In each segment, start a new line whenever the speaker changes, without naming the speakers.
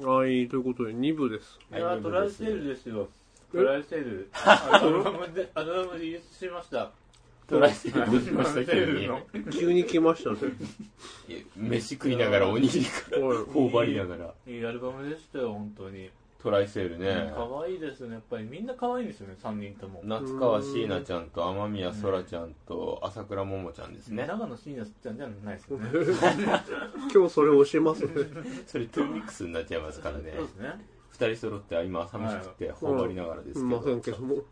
はい、ということで2部です。
いやートライセールですよ。
え
トライセール。 アルバムで、アルバムで優勝しました。
トライセールしました
トライセール
けど
の
ね。
急に来ましたね。
飯食いながらおにぎりから
はい
頬張りながら。
いいアルバムでしたよ、本当に。
トライセールね。
可愛いですね、やっぱり。みんな可愛いんですよね、3人とも。
夏川椎名ちゃんと雨宮そらちゃんと朝倉桃ちゃんですね。
長野椎名ちゃんじゃないですよね。
今日それ押しますね。
それトゥーミックスになっちゃいますからね
そ。うですね。
二人揃って今朝飯食って頬張りながらですす
い
け
ませんけ
ど
ど。も。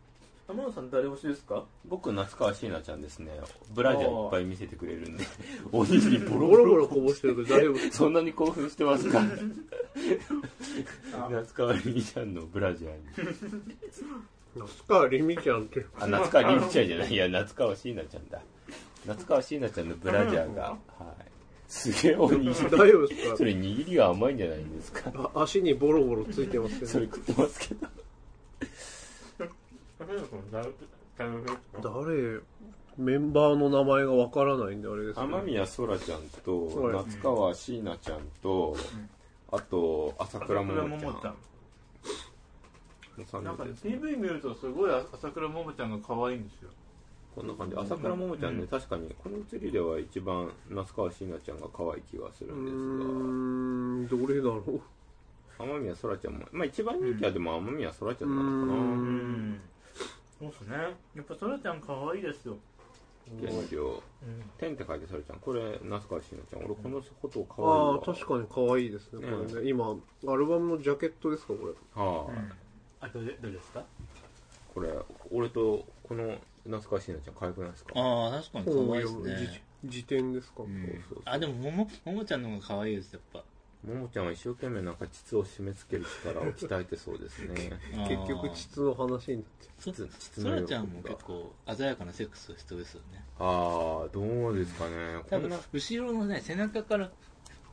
天野さん誰推しですか
僕夏川椎名ちゃんですね。ブラジャーいっぱい見せてくれるんで。おにぎりボ
ボ
ロボ
ロボ
ロ。
ロこぼしてるけど大丈夫。
そんなに興奮してます か夏川りみちゃんのブラジャーに。
夏川りみちゃんって。
あ、夏川りみちゃんじゃない。いや、夏川椎名ちゃんだ。夏川椎名ちゃんのブラジャーが、はい。すげえおにぎり。
大丈夫です
それ握りは甘いんじゃないんですか
かあ足にボロボロついてますけ
そ
ど、
れ食ってますけど。
天野さん誰誰ですか
誰、メンバーの名前がわからないんであれですけど
天宮そらちゃんと、
はい
夏川椎名ちゃんと、あと、朝倉桃ちゃん。の三
なんか
人
ね
です
PV 見るとすごい朝倉桃ちゃんが可愛いんですよ
こんな感じ。朝倉桃ちゃんね、確かに、この釣りでは一番夏川椎名ちゃんが可愛い気がする
うん
です
ーん、どれだろう。
が、天宮そらちゃんも、まあ一番人気はでも天宮そらちゃんなのか
う
な。
うんそうっすねやっぱそらちゃん可愛いですよ
原料
うん
天って書いてそれちゃんこれ夏川しのちゃん俺このことを可愛いわ
ああ、確かに可愛いですね、これね。今、アルバムのジャケットですか、これ。
はあ、
あどれどれですか
これ俺とこの夏川しのちゃん可愛くないですか
ああ、確かに可愛いです
本を読む
ね。
じ辞典ですか。
うん
そうそう
あ、でも、もも、ももちゃんの方が可愛いです、やっぱ。
ももちゃんは一生懸命なんか膣を締め付ける力を鍛えてそうです ね
あー
結局、膣の話になっ
そ
つつ
そらちゃんも結構鮮やかなセックスをしそうですよね
ああどうですかねこ
多
ん
分
な
後ろのね背中から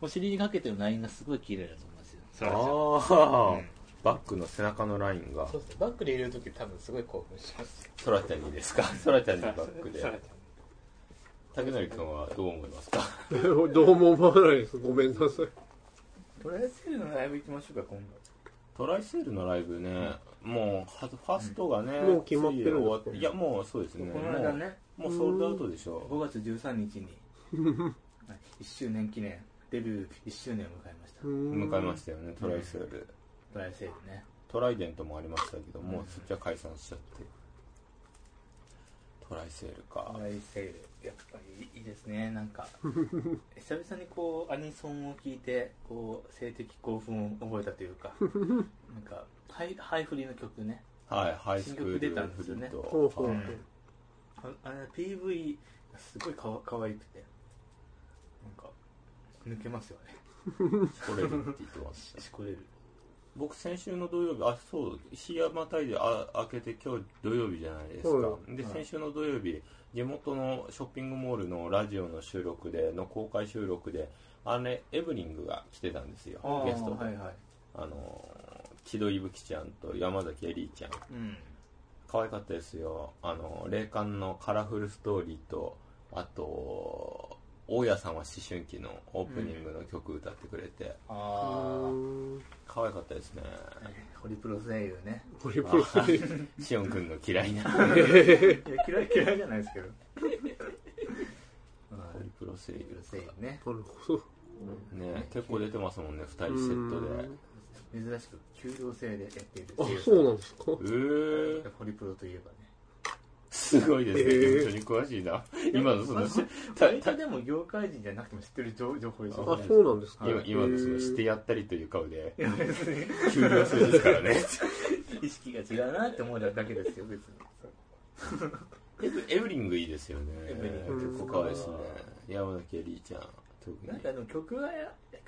お尻にかけてのラインがすごい綺麗だと思いますよそ
あ
らちゃん
あ、
うん
バックの背中のラインが
そうですねバックで入れる時多分すごい興奮しますよ
そらちゃんに ですか そらちゃんにバックで
そらちゃん
竹成君はどう思いますか
て。 どうも思わないです。ごめんなさい。
とりあえずのライブ行きましょうか今
トライセールのライブね、もうはファーストがね、
もう決まってるんですか
つい終わっていやもうそうですね
度この間ね
もうもうソールドアウトでし
5
ょ
月13日 に1周年記念デビュー1周年を迎えました
向
迎えましたよねトライセール、
トライセールね
トライデントもありましたけどもうそっちは解散しちゃってトライセールか
トライセールやっぱりいいですねなん か久々にこうアニソンを聞いてこう性的興奮を覚えたというかなんかハイハイフリの曲ね
はいハイスクール
新曲出たんですよね
フリー
ほう
ト
ほうほう
はい
ああの PV がすごいかわかわいくてなんか抜けますよね
これって言ってます
しこれる
僕先週の土曜日あそう日またいであ明けて今日土曜日じゃないですか、
は
で
はい
先週の土曜日地元のショッピングモールのラジオの収録での公開収録であれエブリングが来てたんですよゲストで、
はいはい
あのー木戸伊吹ちゃんと山崎エリーちゃん
うん
可愛かったですよあの霊感のカラフルストーリーとあと大家さんは思春期のオープニングの曲歌ってくれて、
あ
可愛かったですね
ホリプロ声優ね
ホリプロスリー
しおん君の嫌いない
や嫌い嫌いじゃないです けどま
ホ
あホ
リ
リ
プロ声
プロ
優
声優ね
なるほど。
ね結構出てますもんね2人セットで
珍しく給料制でやっている
あ、そうなんですか。
えー、
ホリプロといえばね
すごいですね、
えー
本当に詳しいな今の そのした
割とでも業界人じゃなくても知ってる情情報でしょ
あ、そうなんですか。
今今のそ
へ
の
ー
してやったりという顔で
いや別に
給料制ですからね
意識が違うなって思うだけですよ別に
エブエブリングいいですよね
エブリン
グ
結構可愛いですね山崎エリーちゃん特に
なんかあの曲が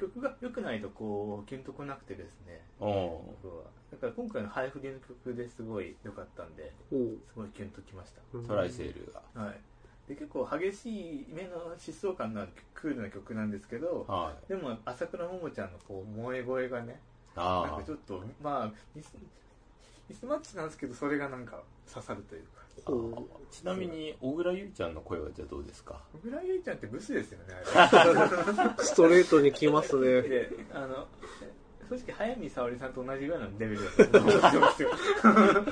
曲が良くないとこうキュンとこなくてですね
お
僕はだから今回の配布での曲ですごい良かったんで
ほう
すごいキュンときまし
う
うん
ん
トライセールが
たはいで結構激しい目の疾走感のあるクールな曲なんですけど
はい
でも朝倉桃ちゃんのこう萌え声がねなん
あ
かちょっとまあミスミスマッチなんですけどそれがなんか刺さるというか
あ
ほ
ちなみに小倉優衣ちゃんの声はじゃあどうですか
小倉優衣ちゃんってブスですよねあれ
うストレートに来ますね。
であの正直早見沙織さんと同じぐらいのレベルだと思うんですよ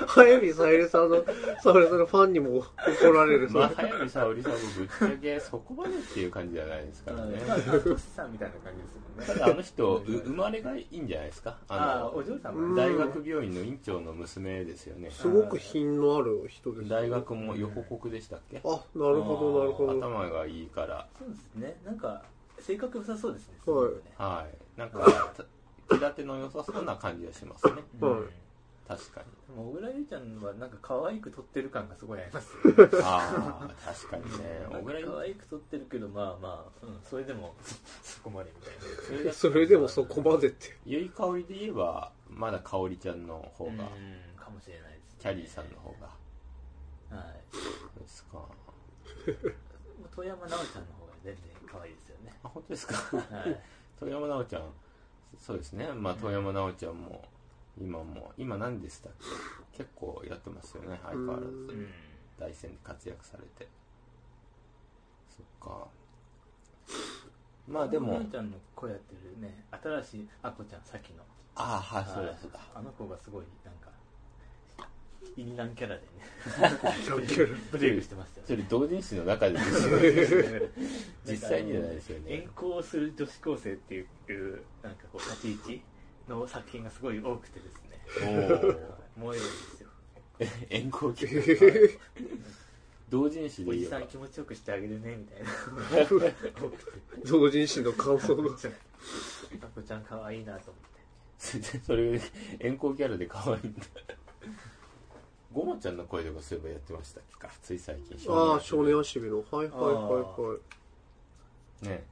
早見さゆりさんの、さゆりさんのファンにも怒られる。
まあ、早見沙織さんもぶっちゃけそこまでっていう感じじゃないですから ね。
まあザコシさんみたいな感じです
た
もんね
だあの人、う生まれがいいんじゃないですかあ
ああ
の
お嬢さん
うん
はね
大学病院の院長の娘ですよね。
すごく品のある人です、
大学も横国でしたっけ
あ、なるほど、なるほど。
頭がいいから、
そうですねなんか性格良さそうですね
はい
はい。なんか、た気立ての良さそうな感じがしますね。
うん
はい
確かに。
でも小倉優ちゃんはなんか可愛く撮ってる感がすごいありますよね
ああ、確かにね。小倉優
可愛く撮ってるけどまあまあ、うん、それでも そこまでみたいな
それだ
それでもそこまでって。
ゆいかおりで言えば、まだかおりちゃんの方が、
うんかもしれないです、
キャリーさんの方が、
はい
そうですか。
遠山奈緒ちゃんの方が全然可愛いですよね
あ、本当ですか。
はい
遠山奈緒ちゃん、そうですね。まあ、遠山奈緒ちゃんも、今も、今何でしたっけ結構やってますよね、相変わら
う
う
ず。
ん
大戦で活躍されて。そっか。まあで
小
も
倉優、ちゃんの声やってるね新しいあこちゃんさっきの
ああ、はい、そう
は
だ
い
そうだ。
あの子がすごいなんかインランキャラでね
ランキャ ラ
ブレイクしてましたよ
それ同人誌の中でですよ 実際にじゃないですよね
遠行する女子高生っていうなんかこう立ち位置の作品がすごい多くてです ね
おー
燃えるんですよ
遠行
え
記
ー
同人誌で
おじ
言え
さ
ば
ん気持ちよくしてあげるねみたいな多くて
同人誌の感想が。
あこちゃん可愛いなと思って
それ遠行キャラで可愛いんだごまちゃんの声とかそういえばやってましたっけかつい最近
ああ、少年足部の。はいはいはいはい。
ね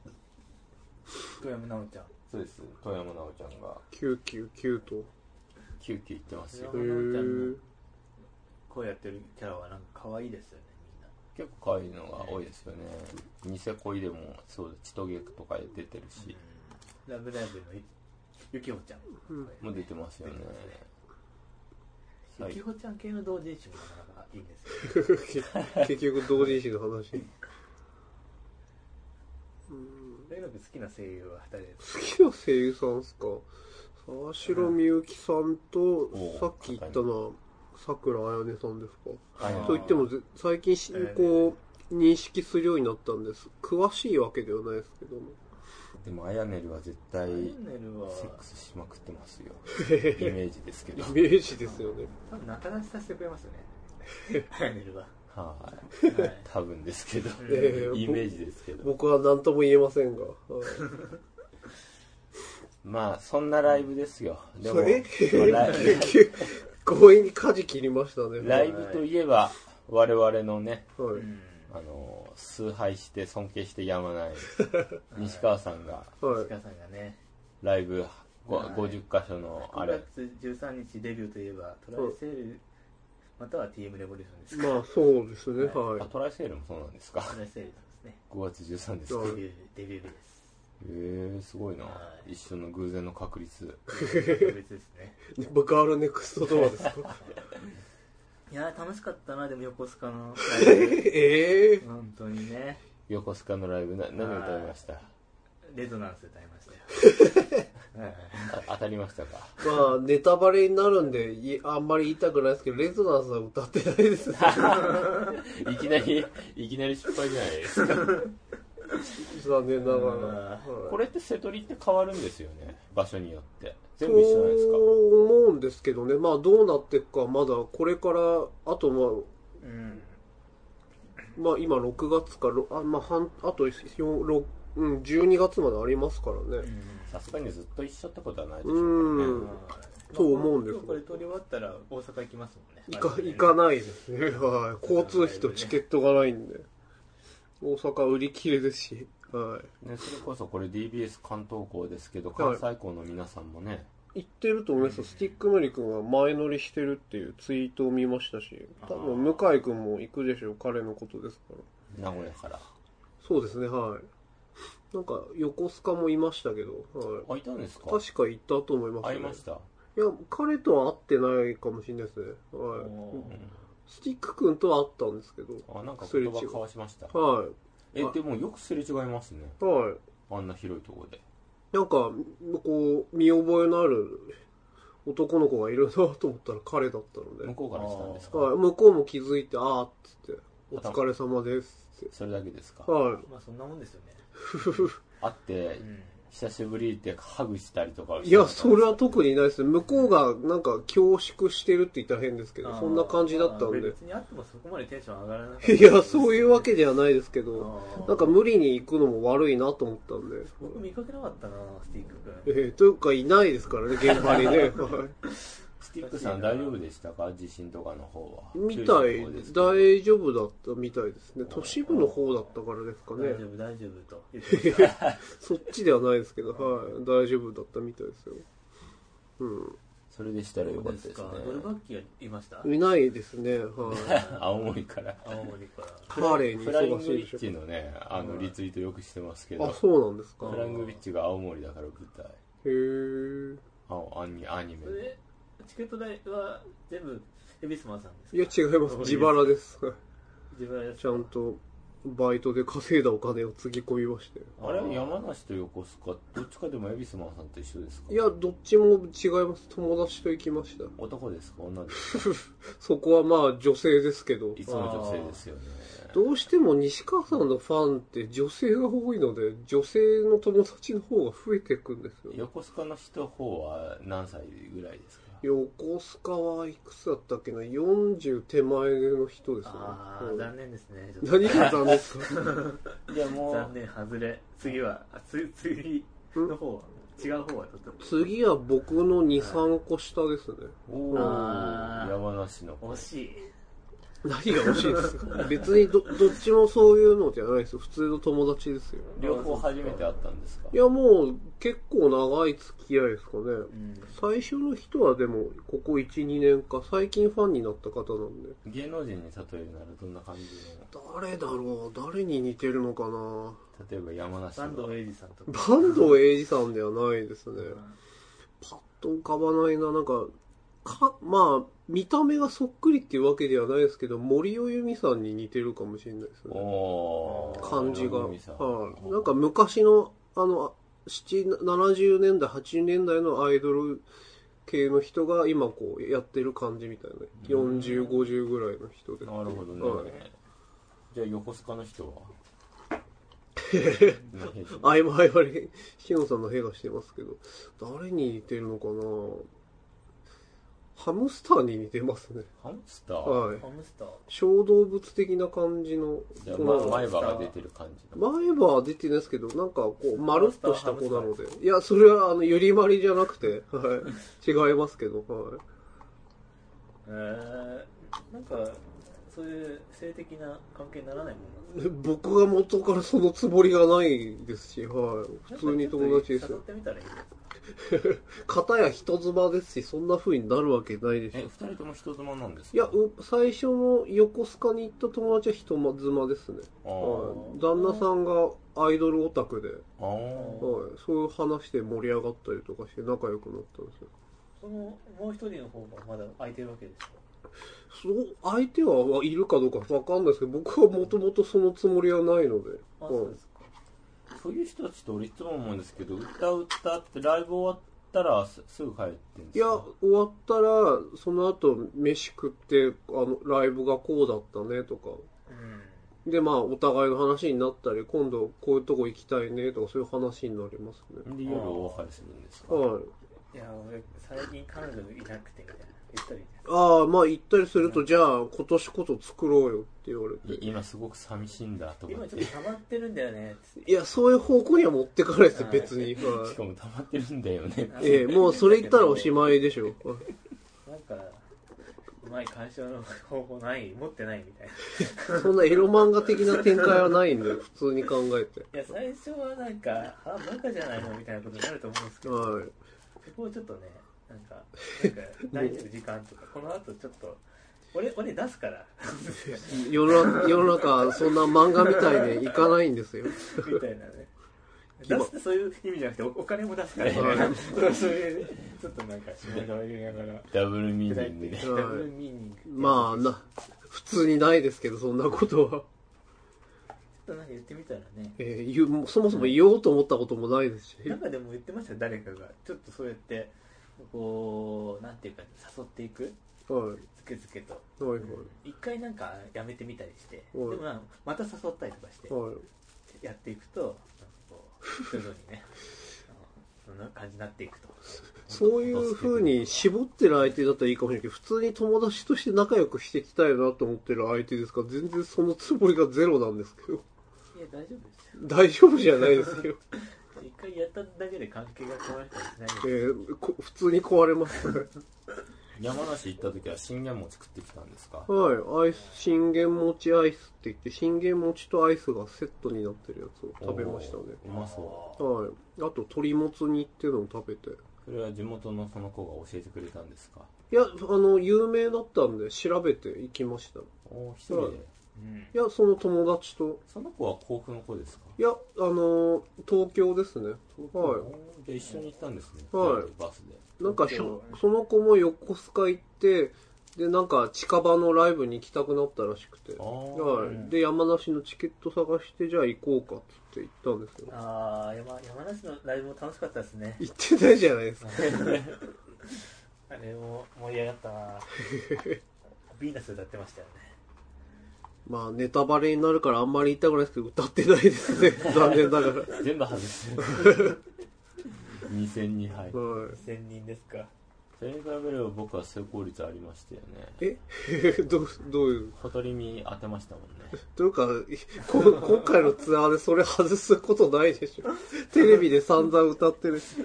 遠山奈緒ちゃん
そうです富山奈緒ちゃんが
999と。
キューキュー言ってますよ
へ
富山奈緒ちゃん
ー
の声やってるキャラはなんか可愛いですよねみんな
結構可愛いのが多いですよねニセ恋でもそうちとげくとか出てるし
うんラブライブのゆゆきほちゃん、
もう出てますよね
ゆきほちゃん系の同人誌もなかなかいいんですよ、
結局同人誌の話。
大学好きな声優は二人で
好
す
きな声優さんっすか沢城みゆきさんと、
お
さっき言ったのは、さくらあやねさんですか
はい
と言っても、ぜ最近し
え、え
こう、認識するようになったんです。詳しいわけではないですけども。
でもあやねるは絶対
チ
セ
ャンネルは
ックスしまくってますよ
へ
イ
へ
メージですけど
イメージですよね。
多分仲出しさせてくれますよ ねチャンネルは、
はい
はい
多分ですけど
うん
ええ
イメージですけど
僕は何とも言えませんが。はい
まあそんなライブですよでも
それ
まあライ
強引に舵切りましたね。
ライブといえば我々のね
は
う
い。
ん
あの崇拝して尊敬してやま ない西川さんが
はい
石。川さんがね
ライブご
はい
50箇所のあ
9
れ
月13日デビューといえばトライセールまたは TM レボリューションですから
まあ、そうですね。
は
あ
は
トライセールもそうなんですか
トライセールですね
5月13ですか
は
デ
い
ビューデビュー日です
へえすごいな
はい
一緒の偶然の確率
特別ですね
い。ガールネクストドアですか
いやー楽しかったなでも横須賀 の
ええ
本当にね
横須賀のライブな何を歌いました
レゾナンス歌いましたよ はい
あ当たりましたか
まあ、ネタバレになるんで、いあんまり言いたくないですけど、レズナンスは歌ってないですね。
いきなり、いきなり失敗じゃないですか。
残念ながら。
うん
はい
これって瀬取りって変わるんですよね。場所によって。全部一緒じゃないですか
と。思うんですけどね。まあ、どうなっていくか、まだこれから、あとまあ、
うん
まあ今6月か、ろあまあ半、あと4、6、うん、12月までありますからね。
さすがにずっと一緒ってことはないでし
う
ょうからね。
ん。と思うんですよ
今日これ撮り終わったら大阪行きますもんね
行か、行か
い
ないですね。はい。交通費とチケットがないんで。大阪売り切れですし。は
ね、それこそこれ DBS 関東校ですけど、関西校の皆さんもね、
い。行ってると思いますよ。スティックメリ君が前乗りしてるっていうツイートを見ましたし、多分向井君も行くでしょう。彼のことですから。
名古屋から。
そうですね、はい。なんか、横須賀もいましたけど、はい。
あ、いたんですか
確か行ったと思います、ね。
会いました。
いや、彼とは会ってないかもしれないですね。はい。スティック君とは会ったんですけど。
あ、なんか言葉交わしました。
は
え、でもよくすれ違いますね。
い。はい。
あんな広いところで。
なんか、こう、見覚えのある男の子がいるなと思ったら彼だったので
向、こうから来たんですか
はい、向こうも気づいて、あーっつって、お疲れ様ですっつっ
それだけですか
て。はい。
まあそんなもんですよね。
会って
うん。
久しぶりってハグしたりとか
いや、それは
に
特にないですね。向こうがなんか恐縮してるって言ったら変ですけど、そんな感じだったん
あー
で。
別にあってもそこまでテンション上がらなかった。
いや、そういうわけではないですけど、
あー
なんか無理に行くのも悪いなと思ったんで。
僕見かけなかったな、スティック
え
君。
ー、というか、いないですからね、現場にね。はい
スティックさん大丈夫でしたか地震とかの方は
みたい
九州の方です、けど
大丈夫だったみたいですね。都市部の方だったからですかね
大。丈夫、大丈夫と言ってました。
そっちではないですけど、はい、大丈夫だったみたいですよ。う
それでしたらよか
ど
っ
う
たで
で
すす
か
ね
ドルバッキーはいました
ん。いないです ね、はい。
青森 から
青森から。
ハーレーに
フライ
忙
ング
しい
ビ
でし
ッチのねあのリツイートよくしてますけ
ょ。
ど
あ、そうなんですか。
フライングビッチが青森だから舞台
へー。
あアニアニメ
それ、チケット代は全部、エビスマンさんですか
いや、違います。自腹です。 はい
自分は
ちゃんと、バイトで稼いだお金をつぎ込みまして。
あれ山梨と横須賀どっちかでも恵比寿マンさんと一緒ですか
いや、どっちも違います。友達と行きました。
男ですか女ですか
そこはまあ女性ですけど。
いつも女性ですよね
どうしても西川さんのファンって女性が多いので、女性の友達の方が増えていくんですよね。
横須賀の人方は何歳ぐらいですか
横須賀はいくつだったっけな ?40 手前の人ですね。
あ
う
あ、
ん
残念ですね。ちょっと
何が残念ですか
いやも
残
う
念、外れ。次は、あつ次の方は、違う方はちょっと。
次は僕の2、3個下ですね。
おお
あー
山梨の
惜しい。
何が欲しいですか別にどどっちもそういうのじゃないですよ。普通の友達ですよ。
両方初めて会ったんですか
いやもう結構長い付き合いですかね。
うん。
最初の人はでもここ1、2年か最近ファンになった方なんで。
芸能人に例えるならどんな感じの
誰だろう誰に似てるのかな
例えば山梨
坂
の
東エイジさんとか。
坂東英二さんではないですね。パッと浮かばないな。なんか、か、まあ、見た目がそっくりっていうわけではないですけど、森尾由美さんに似てるかもしれないです
お
ね。
おー
感じが。
山口さん
はい。なんか昔の、あの、7 70年代、80年代のアイドル系の人が今こうやってる感じみたいな。40、50ぐらいの人で。
なるほどね、
はい
じゃあ横須賀 の人は何
あいまいまに、しのさんのヘがしてますけど、誰に似てるのかなハムスターに似てますね。
ハムスター、
はい。
ハムスター。
小動物的な感じの、
じゃあ、
こ
ま
の
前歯が出てる感じの。
前歯は出てないですけど、なんかこう、まるっとした子なので。いや、それはあの、ゆりまりじゃなくて、はい。違いますけど、はい。
えー、なんか、そういう性的な関係にならないもんなんですか
僕が元からそのつもりがないですし、はい。普通に友達です
誘っ
よ。
てみたらいいです
片や人妻ですし、そんな風になるわけないでしょ
え、二人とも人妻なんです
い
か
や、う最初の横須賀に行った友達は人妻ですね。
あ
はい
ー
旦那さんがアイドルオタクで、はい、
あー。
そういう話で盛り上がったりとかして仲良くなったんですよ。
その、もう一人の方がまだ空いてるわけですか
そう、相手はいるかどうかわかんないですけど、僕はもともとそのつもりはないので。
あ、
はい
そうですか。
そういう人たちって俺いつも思うんですけど、歌歌ってライブ終わったらすすぐ帰ってんで
い
す
や
か、
終わったら、その後、飯食って、あの、ライブがこうだったねとか。
うん。
で、まあ、お互いの話になったり、今度こういうとこ行きたいねとか、そういう話になりますね。
で、夜大張りするんですか
はい。
いや、俺、最近彼女いなくてみたいな。言ったらいいです
ああ、まあ行ったりすると、じゃあ今年こそ作ろうよって言われ
い
て。
今すごく寂しいんだとか
今
っ
ち
て
ょっ。と溜まってるんだよね、つって
いや、そういう方向には持ってかないですよ、別に。は
し
い
かも溜まってるんだよね。
ええもうそれ言ったらおしまいでしょ。はい
なんか、うまい鑑賞の方法ない持ってないみたいな。
そんなエロ漫画的な展開はないんで、普通に考えて。
いや、最初はなんか、はバカじゃないのみたいなことになると思うんですけど、
は
そこをちょっとね、なんか、なんか大丈夫時間とか、この後ちょっと、俺、俺出すから、
い。世の中、世の中、そんな漫画みたいでいかないんですよ。
みたいなね。出すってそういう意味じゃなくて、おお金も出すから、みたい
は
な。そうそういう、ちょっとなんか、しながら入れながら、
ダブルミーニング
砕い
で
て、。ダブルミーニング。
まあ、な、普通にないですけど、そんなことは。
となんか言ってみたらね
えー言うもうそもそも言おうと思ったこともないですし。
なんかでも言ってましたよ誰かがちょっとそうやってこうなんていうか誘っていく
はい。
つけつけと
はいはい。
一回なんかやめてみたりしてで
うん
もまあまた誘ったりとかして
はい。
やっていくとなんかこう徐々にねあのそんな感じになっていくと
そういう風に絞ってる相手だったらいいかもしれないけど、普通に友達として仲良くしていきたいなと思ってる相手ですから、全然そのつもりがゼロなんですけど。
いや大丈夫ですよ
大丈夫じゃないですよ。
一回やっただけで関係が壊れたりしないです
えーこ普通に壊れますね。
山梨行った時は信玄餅食ってきたんですか
はい。アイス、信玄餅アイスって言って、信玄餅とアイスがセットになってるやつを食べましたね。
おーうまそ
はい。あと、鶏もつ煮っていうのを食べて。
うそれは地元のその子が教えてくれたんですか
いや、あの、有名だったんで、調べていきました。い
おー一人
は
で
うん
や、その友達と。
その子は甲府の子ですか
いや、あの、東京ですね。は
おーじゃあ一緒に行ったんですね
はい
バスで
い。なんかひ
東
ょ
京、
その子も横須賀行って、で、なんか近場のライブに行きたくなったらしくて。
あ
は
ー
い。で、山梨のチケット探して、じゃあ行こうかって言って行ったんですよ。
ああ山山梨のライブも楽しかったですね
行ってないじゃないですか。
あれも盛り上がった なビーナス歌ってましたよね
まあ、ネタバレになるからあんまり言いたくないですけど、歌ってないですね。残念ながら。
全部外してる 2002杯
はい。
2000人ですか
それに比べれば僕は成功率ありましたよね
え どう、どういう、
小鳥に当てましたもん ね
というか、こ今回のツアーでそれ外すことないでしょ。テレビで散々歌ってるし。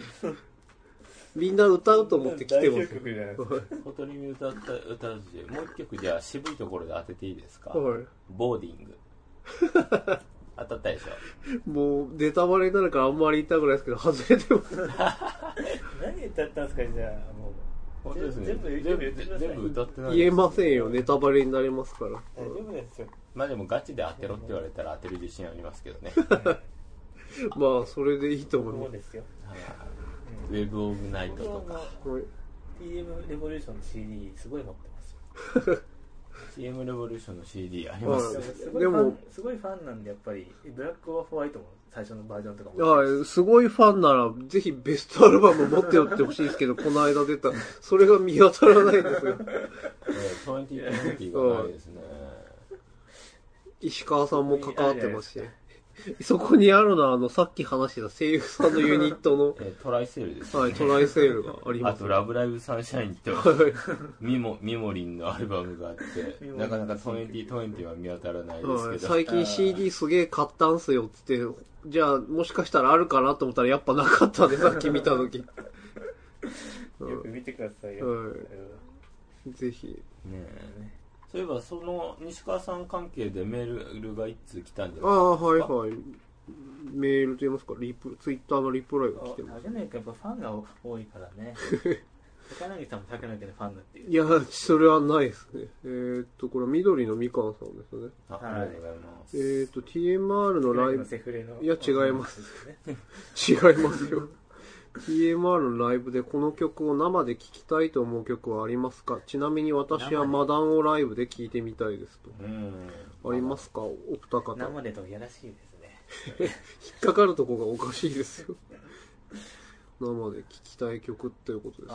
みんな歌うと思って来てます
大曲じゃないですか
小鳥に歌った歌うしもう一曲じゃあ渋いところで当てていいですか、
はい。
ボーディング当たったでしょ
もう、ネタバレになるからあんまり言いたくないですけど、外れてます。
何歌ったんですかじゃあもう
本当ですね
全部
全
言ってくだ
部
さい
全部歌ってない
言えませんよ、ネタバレになりますから。
大丈夫ですよ
まあでもガチで当てろって言われたら当てる自信ありますけど ね
まあ、それでいいと思
そう
いま
ですよ
ウェブオブナイト
僕
と
は
か
す。はい
TM レボリューションの CD すごい持ってますよ
CM レボリューションの CD あります、
はい
すごい
で
フ
も
ァンすごいファンなんでやっぱりブラック・オア・ホワイトも最初のバージョンとかも
はい、すごいファンなら、ぜひベストアルバム持っておってほしいです けど、この間出た。それが見当たらないですよ。
ええ2020がないですね
石川さんも関わってますし。そこにあるのは、あの、さっき話した声優さんのユニットの、
ええトライセールですね、
はい、トライセールがあり
あ
ます。
と「
は
ラブライブサンシャイン」と
い
ミモミモリンのアルバムがあって
ミモリン
なかなか2020は見当たらないです
はい
けど、
最近 CD すげえ買ったんすよって言って、じゃあもしかしたらあるかなと思ったらやっぱなかった ね、さっき見た時。
よく見てくださいよ、
はい
あれは
ぜひ。
ねえそういえばその西川さん関係でメールが一通来たんじゃ
あ
ない
あ、はいはい。メールと言いますか、リプ、ツイッターのリプライが来てま
あ
す。
竹中やっぱファンが多いから ね高柳さんも竹中でファンだっていう
いや、それはないですね。えーっと、これは緑のみかんさんですね。
あ
はい
ありがとうございます、
えーっと、TMR のライブ、
セフレの
いや違います
ね
違いますよ。TMR のライブでこの曲を生で聴きたいと思う曲はありますかちなみに私はマダンをライブで聴いてみたいです
うん
と。ありますかお二方。引っ
生でとやらしいですね
かかるとこがおかしいですよ。 生で聴きたい曲っていうことです
あ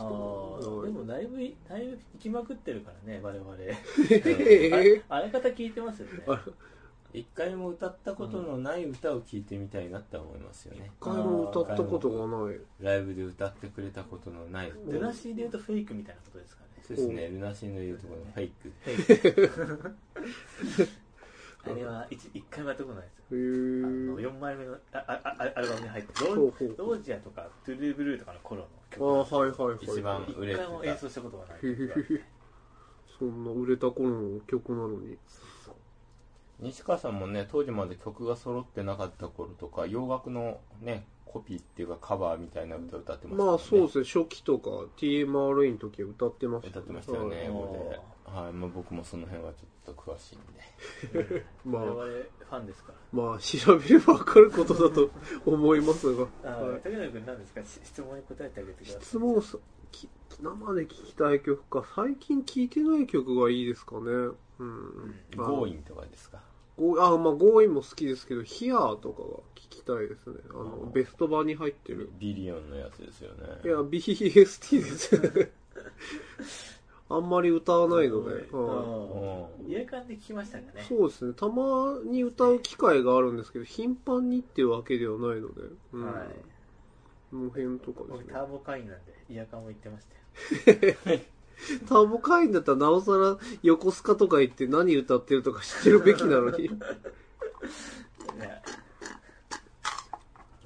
あ
けど。
でもライブライブ行きまくってるからね我々
ええ
ああらかた聞いてますよね
あ
一回も歌ったことのない歌を聴いてみたいなって思いますよね、
一回も歌ったことがない。
ライブで歌ってくれたことのない歌
ルナシーでいうとフェイクみたいなことですかね
そうですねルナシーの言うところのフェイク
あれは一一回もやったことないです
へ
よあの
ー
4枚目のあああアルバムに入って
ほ
ロ
うほう
ーロージアとかトゥルーブルーとかの頃の
ああ、
曲
はいはいはい。
一番売れ
一
て
回も演奏
た
したことがない
へへへへそんな売れた頃の曲なのに。
西川さんもね当時まで曲が揃ってなかった頃とか洋楽のねコピーっていうかカバーみたいな歌を歌ってました
まあそう
す
ですね、初期とか TMR の時は歌ってました、
歌ってましたよね
は
英
い
語ではい、まあ、僕もその辺はちょっと詳しいんで
まあ
我々ファンですから
まあ調べればわかることだと思います が。
あ
は
の
い
竹野君何ですかし質問に答えてあげてください
質問さ、き生で聴きたい曲か、最近聴いてない曲がいいですかね。うん。
「ゴーイン」とかですか
ゴーあ、まあ、ゴーインも好きですけど、ヒアーとかが聞きたいですね。あの、
あー
ベスト版に入ってる。
ビリオンのやつですよね。
いや、BST です よね。あんまり歌わないので。はい
うん
映画館で聞きましたかね。
そうですね。たまに歌う機会があるんですけど、頻繁にっていうわけではないので。うん。
はい。
この辺とか
僕
です
タ
ね。
ーボ会員なんで、イヤカンも行ってましたよ。
ターボ会員だったらなおさら横須賀とか行って何歌ってるとか知ってるべきなの に。
ね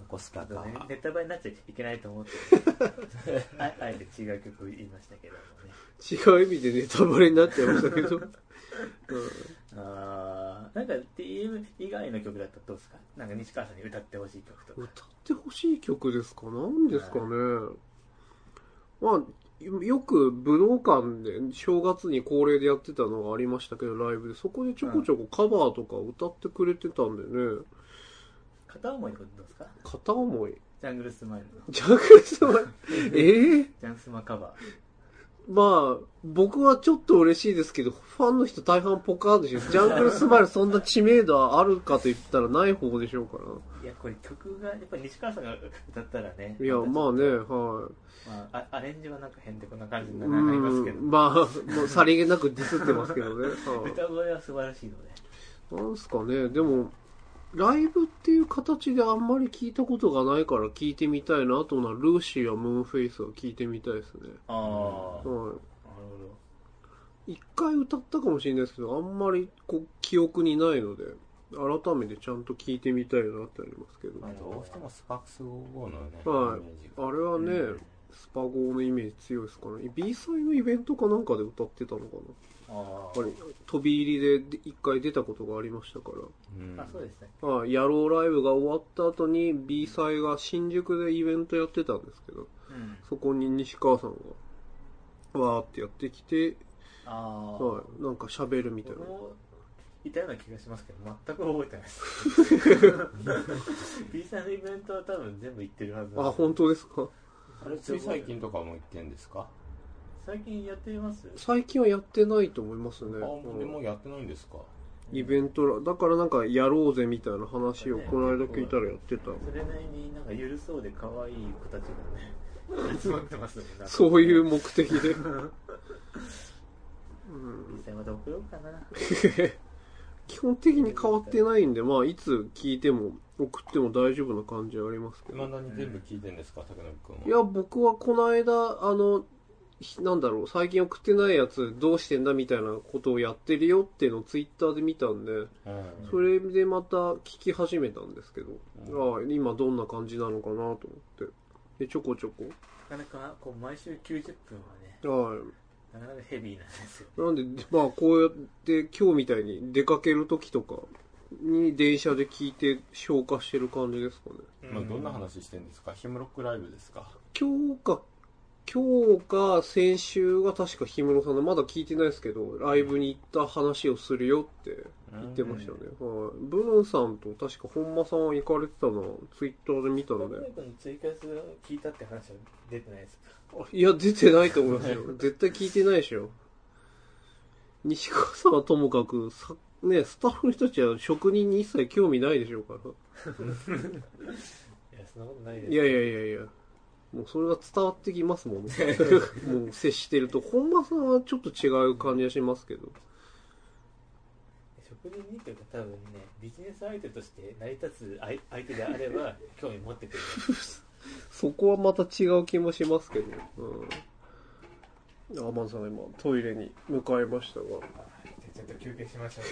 横須賀
あと
か。
ねネタバレになっちゃいけないと 思って、ああえて違う曲言いましたけども
違
ね。
う意味でネタバレになっちゃいましたけ ど。うん
あーなんか TM 以外の曲だったらどうですかなんか西川さんに歌ってほしい曲とか。
歌ってほしい曲ですか何ですかね、まあよく武道館で正月に恒例でやってたのがありましたけどライブでそこでちょこちょこカバーとか歌ってくれてたんでね、
片思いのことどうですか
片思い
ジャングルスマイルの。
ジャンクルスマイええ
ジャンスマカバー。
まあ僕はちょっと嬉しいですけどファンの人大半ポカーンでしょジャンクルスマイルそんな知名度あるかと言ったらない方でしょうから
いや、これ曲が、やっぱり西川さんが歌ったらね。
いやまあねはい
まあ、あアレンジはなんか変でこんな感じにな
う
りますけど、
んまあ、もうさりげなくディスってますけどね。はい
歌声は素晴らしいので、
なんすかね、でも、ライブっていう形であんまり聞いたことがないから聞いてみたいな。あとな、ルーシーやムーンフェイスは聞いてみたいですね。
ああ、なるほ
は
ど。
い。一回歌ったかもしれないですけど、あんまりこう記憶にないので、改めてちゃんと聞いてみたいなってありますけど。
は
あ
い
どうしてもスパックス55のね、
はい
イメージが。
れはね、
うん
スパ号のイメージ強いですかね。B サイのイベントかなんかで歌ってたのか
あ
な。やっぱり飛び入りで一回出たことがありましたから。
うん
あ、そうでしたね。
まあ、野郎ライブが終わった後に B 祭が新宿でイベントやってたんですけど、
うん、
そこに西川さんが、わーってやってきて、
ああ、
はい、なんか喋るみたい
僕
な。
もいたような気がしますけど、全く覚えて ないです。B さんのイベントは多分全部行ってるはず
あ、本
当
当ですか
あれ、つい最近とかも行ってんですか
最近やってます
最近はやってないと思います
あ、
ね。
もうもうやってないんですか
イベントら、だからなんかやろうぜみたいな話をこの間聞いたらやってた。
それなりになんか緩そうで可愛い子たちがね、集まってますもんね。。
そういうう目的で。 うん
実際また送ろうかな。
基本的に変わってないんで、まあ、いつ聞いても送っても大丈夫な感じはありますけ
未
ど。
だに全部聞いてんですか、竹信くんは。
いや、僕はこの間、あの、ひなんだろう、最近送ってないやつどうしてんだみたいなことをやってるよっていうのをツイッターで見たんで、
うん、
それでまた聞き始めたんですけど、
う
あ
ん
あ今どんな感じなのかなと思って。で、ちょこちょこ。
なかなか、こう、毎週90分は
は
ね、なかなかヘビーなんですよ。
い。なんで、まあ、こうやって今日みたいに出かける時とかに電車で聞いて消化してる感じですかね。
まあ、どんな話してんですかヒムロックライブですか
今日か、今日か先週が確か氷室さんの、まだ聞いてないですけど、ライブに行った話をするよって言ってましたね。はい。ブルンさんと確か本間さんは行かれてたの、ツイッターで見たの
僕
で。
の追加数聞いたって話は出てないですか
いや、出てないと思いますよ。絶対聞いてないでしょ。西川さんはともかく、さね、スタッフの人たちは職人に一切興味ないでしょうから。
いや、そんなことないです。
いやいやいやいや。もうそれが伝わってきますもんね。もう接してると。本間さんはちょっと違う感じがしますけど。
職人にというか多分ねビジネス相手として成り立つ相相手であれば 興味持ってくれる
そこはまた違う気もしますけど。うん。アマンさんが今トイレに向かいましたが。
ちょっと休憩しましょ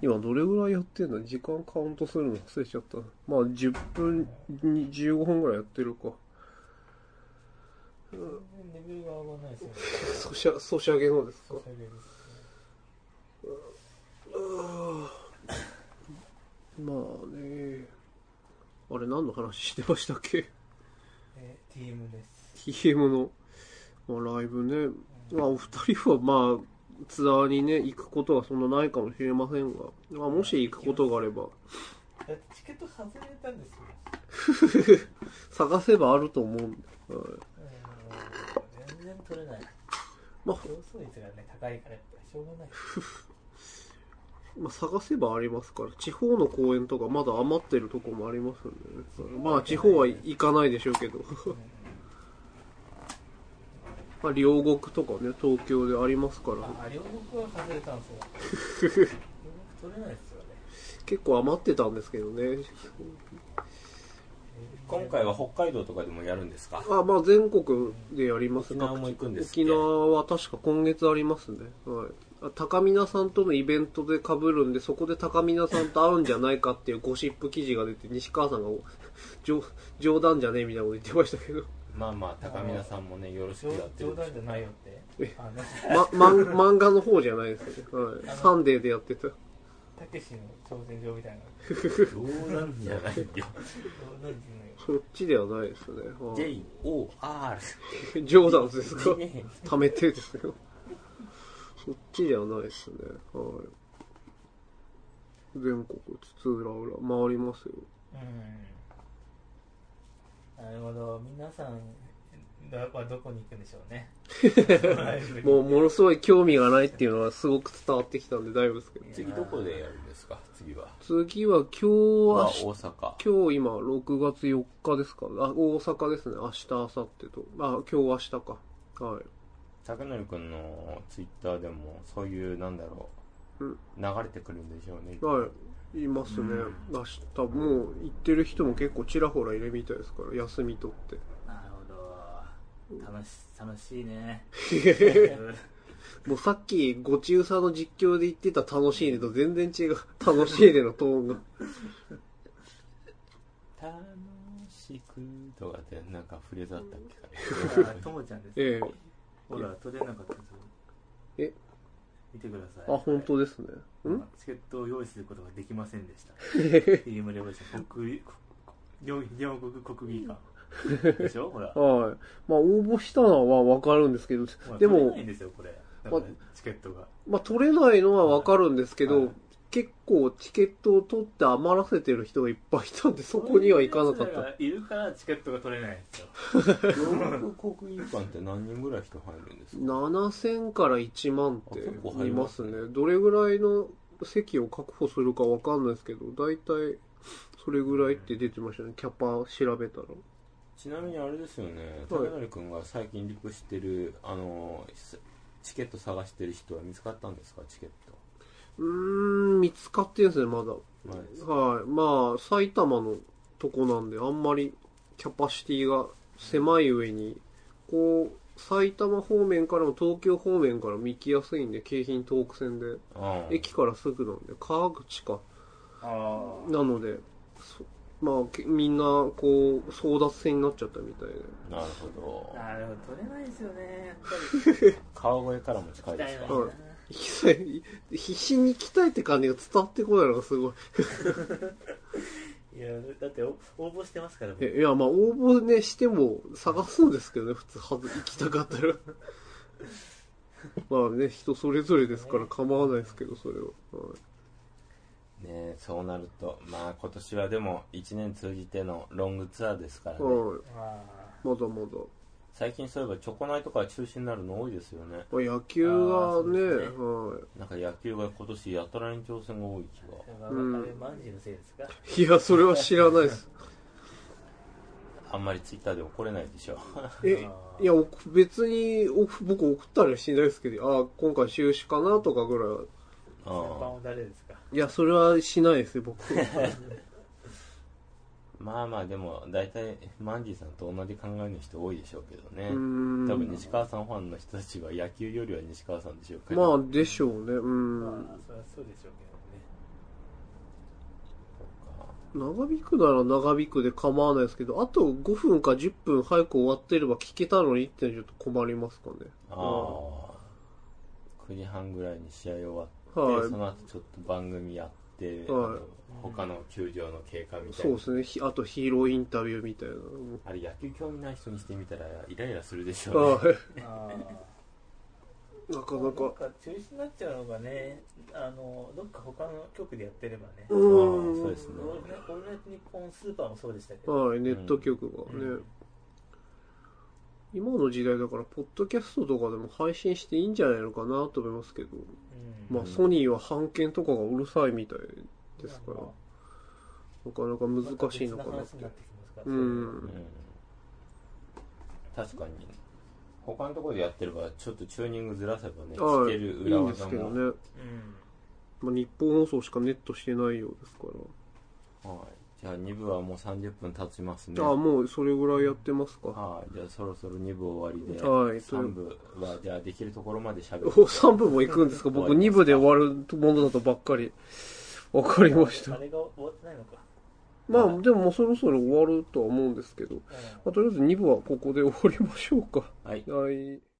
今どれぐらいやってんだ時間カウントするの忘れちゃった。まあ10分に15分ぐらいやってるか。
うレベルが上がらないですよね
ソシャ、ソシャゲのですか
喋る
まあね。あれ何の話してましたっけ
えー TM です
TM の、まあ、ライブね、まあ、お二人はまあツアーにね行くことはそんなないかもしれませんが、まあ、もし行くことがあれば
だってチケット外れたんですよ
探せばあると思うんで、はい
うん全然取れない
まあ
競争率がね高いからやっぱりしょうがない
まあ、探せばありますから、地方の公園とかまだ余ってるとこもありますんでね。まあ、地方は行かないでしょうけど。 まあ、両国とかね、東京でありますから、
あ、両国は外れたんですよ。両国取れないですよね。
結構余ってたんですけどね。
今回は北海道とかでもやるんですか
あ、まあ、全国でやります
沖縄も行くんですっけ
沖縄は確か今月ありますね。はい。あ高見菜さんとのイベントで被るんで、そこで高見菜さんと会うんじゃないかっていうゴシップ記事が出て、西川さんがお 冗冗談じゃねえみたいなこと言ってましたけど。
まあまあ高見田さんもねよろしくやってる
冗談じゃないよって。あの、
ま、まん漫画の方じゃないですよね。はい。サンデーでやってた。
たけしの挑戦状みたいな。
冗談じゃないよ
冗談じゃないよ。
そっちではないですね。はい
JOR
冗談ですか 貯めてですよ。そっちではないですね。はい。全国、津々浦々、回りますよ。
うん。なるほど。皆さんはどこに行くんでしょ うね。
もうものすごい興味がないっていうのはすごく伝わってきたんで大丈夫ですけど。
次どこでやるんですか次は
次は今日、
まあ
明日、
大阪
今日今6月4日ですかあ、大阪ですね。明日、明後日と。あ、今日明日か。はい。
高典君のツイッターでもそういうなんだろう、
うん
流れてくるんでしょうね
はい。いますね。明日、もう行ってる人も結構ちらほらいるみたいですから、休み取って。
なるほど。楽し、楽しい ね。
もうさっき、ごちうさの実況で言ってた楽しいねと全然違う。 楽しいねのトーンが。
楽しくとかってなんかフレーズあったっ
あともちゃんです、
ええ
ほら、取れなかったぞ。
え
見てください。
あ、本当ですね。ん
チケットを用意することができませんでした。フィリムレボリューション国技、両両国国技 館。でしょほら。
はい。まあ、応募したのはわかるんですけど
ほら、
で
取れ
も
ない、んですよ、これ。だ
ま
からチケットが。
まあ、取れないのはわかるんですけど、
はい
結構チケットを取って余らせてる人がいっぱいいたんで、そこには行かなか
そういう
っ
奴らがいるからチケットが取れないんですよ。
け両国国技館って何人ぐらい人入るんです
た。
か
7000から1万って
あ結構入
い
り
ま
ますす
ね
ね。
どれぐらいの席を確保するかわかんないですけど、大体それぐらいって出てましたね。キャパ調べたら。
ちなみにあれですよね高典君が最近リプしてるあのチケット探してる人は見つかったんですかチケット
うーん、見つかってるんですね、まだ。
ないです
はい。まあ、埼玉のとこなんで、あんまりキャパシティが狭い上に、こう、埼玉方面からも東京方面からも行きやすいんで、京浜東北線で。
ああ
駅からすぐなんで、川口か。
ああ。
なので、そまあ、けみんな、こう、争奪戦になっちゃったみたいで。
なるほど
なるほど、取れないですよね。やっぱ
川越からも近い
り。
で
だ
す
よ
か
な
はい必死に鍛えて感じが伝わってこないのがすごい。
いや、だってお応募してますから、僕
えいや、まあ、応募ね、しても探すんですけどね、普通、はず、行きたかったら。 まあね、人それぞれですから構わないですけど、それは。はい
ねえそうなるとまあ今年はでも1年通じてのロングツアーですからね、
はい。
あ
まだまだ。
最近そういえばチョコナイとか中止になるの多いですよね
まあ、野球がね、
あーそうですね
は
なんか野球が今年やたらに挑戦が多い気
あ
が
あ
うん
れ、マンジのせいですか
い。いや、それは知らないです。
あんまりツイッターでも来れないでし ょ
え、いや、お別に、お僕送ったりはしないですけど、ああ、今回中止かなとかぐら
あ
先輩
あ
は誰ですか
い。いや、それはしないですよ、 僕。
まあまあでも大体マンディさんと同じ考えの人多いでしょうけどね
うーん
多分西川さんファンの人たちは野球よりは西川さんでしょうけ
ま
ど、
あ、でしょうね。うん。
まあ、そりゃそうでしょうけ
長引くなら長引くで構わないですけど、あと5分か10分早く終わってれば聞けたのにってのはちょっと困りますかね。
ああ9時半ぐらいに試合終わって、
はい
その後ちょっと番組やって、あ
はい
の他の球場の経過みたい
そう
な
ですね。ひあとヒーローインタビューみたいなのも。
あれ野球興味ない人にしてみたらイライラするでし ょうね
はい。
どね。ああ。
なか
な
なんか。
か中止になっちゃうのがね、あの、どっか他の局でやってればね。
う
オ
ーん。
そうですね
ールナイトオールナイトニッポンスーパーもそうでしたけど。
はい、ネット局がね。
うん
今の時代だから、ポッドキャストとかでも配信していいんじゃないのかなと思いますけど。
うん
まあ、ソニーは版権とかがうるさいみたいですから、なかなか難しいのかなって。う。
うんん確かに他のところでやってればちょっとチューニングずらせばね
あ
聞
あ、
け
い
る
い
裏
んで
技
すけど
も、
ね。まあ、日本放送しかネットしてないようですから。
はい、じゃあ2部はもう30分経ちますね
ああ、もうそれぐらいやってますか。
はい、じゃあそろそろ2部終わりで、
はいという
3部はじゃあできるところまでしゃべ
お
る
3部も行くんですか僕
終わり
2
ます
部で終わるものだとばっかり。わかりました
あ。れが終わってないのか。
まあ、でももうそろそろ終わるとは思うんですけど。まあとりあえず2部はここで終わりましょうか。
はい
はい。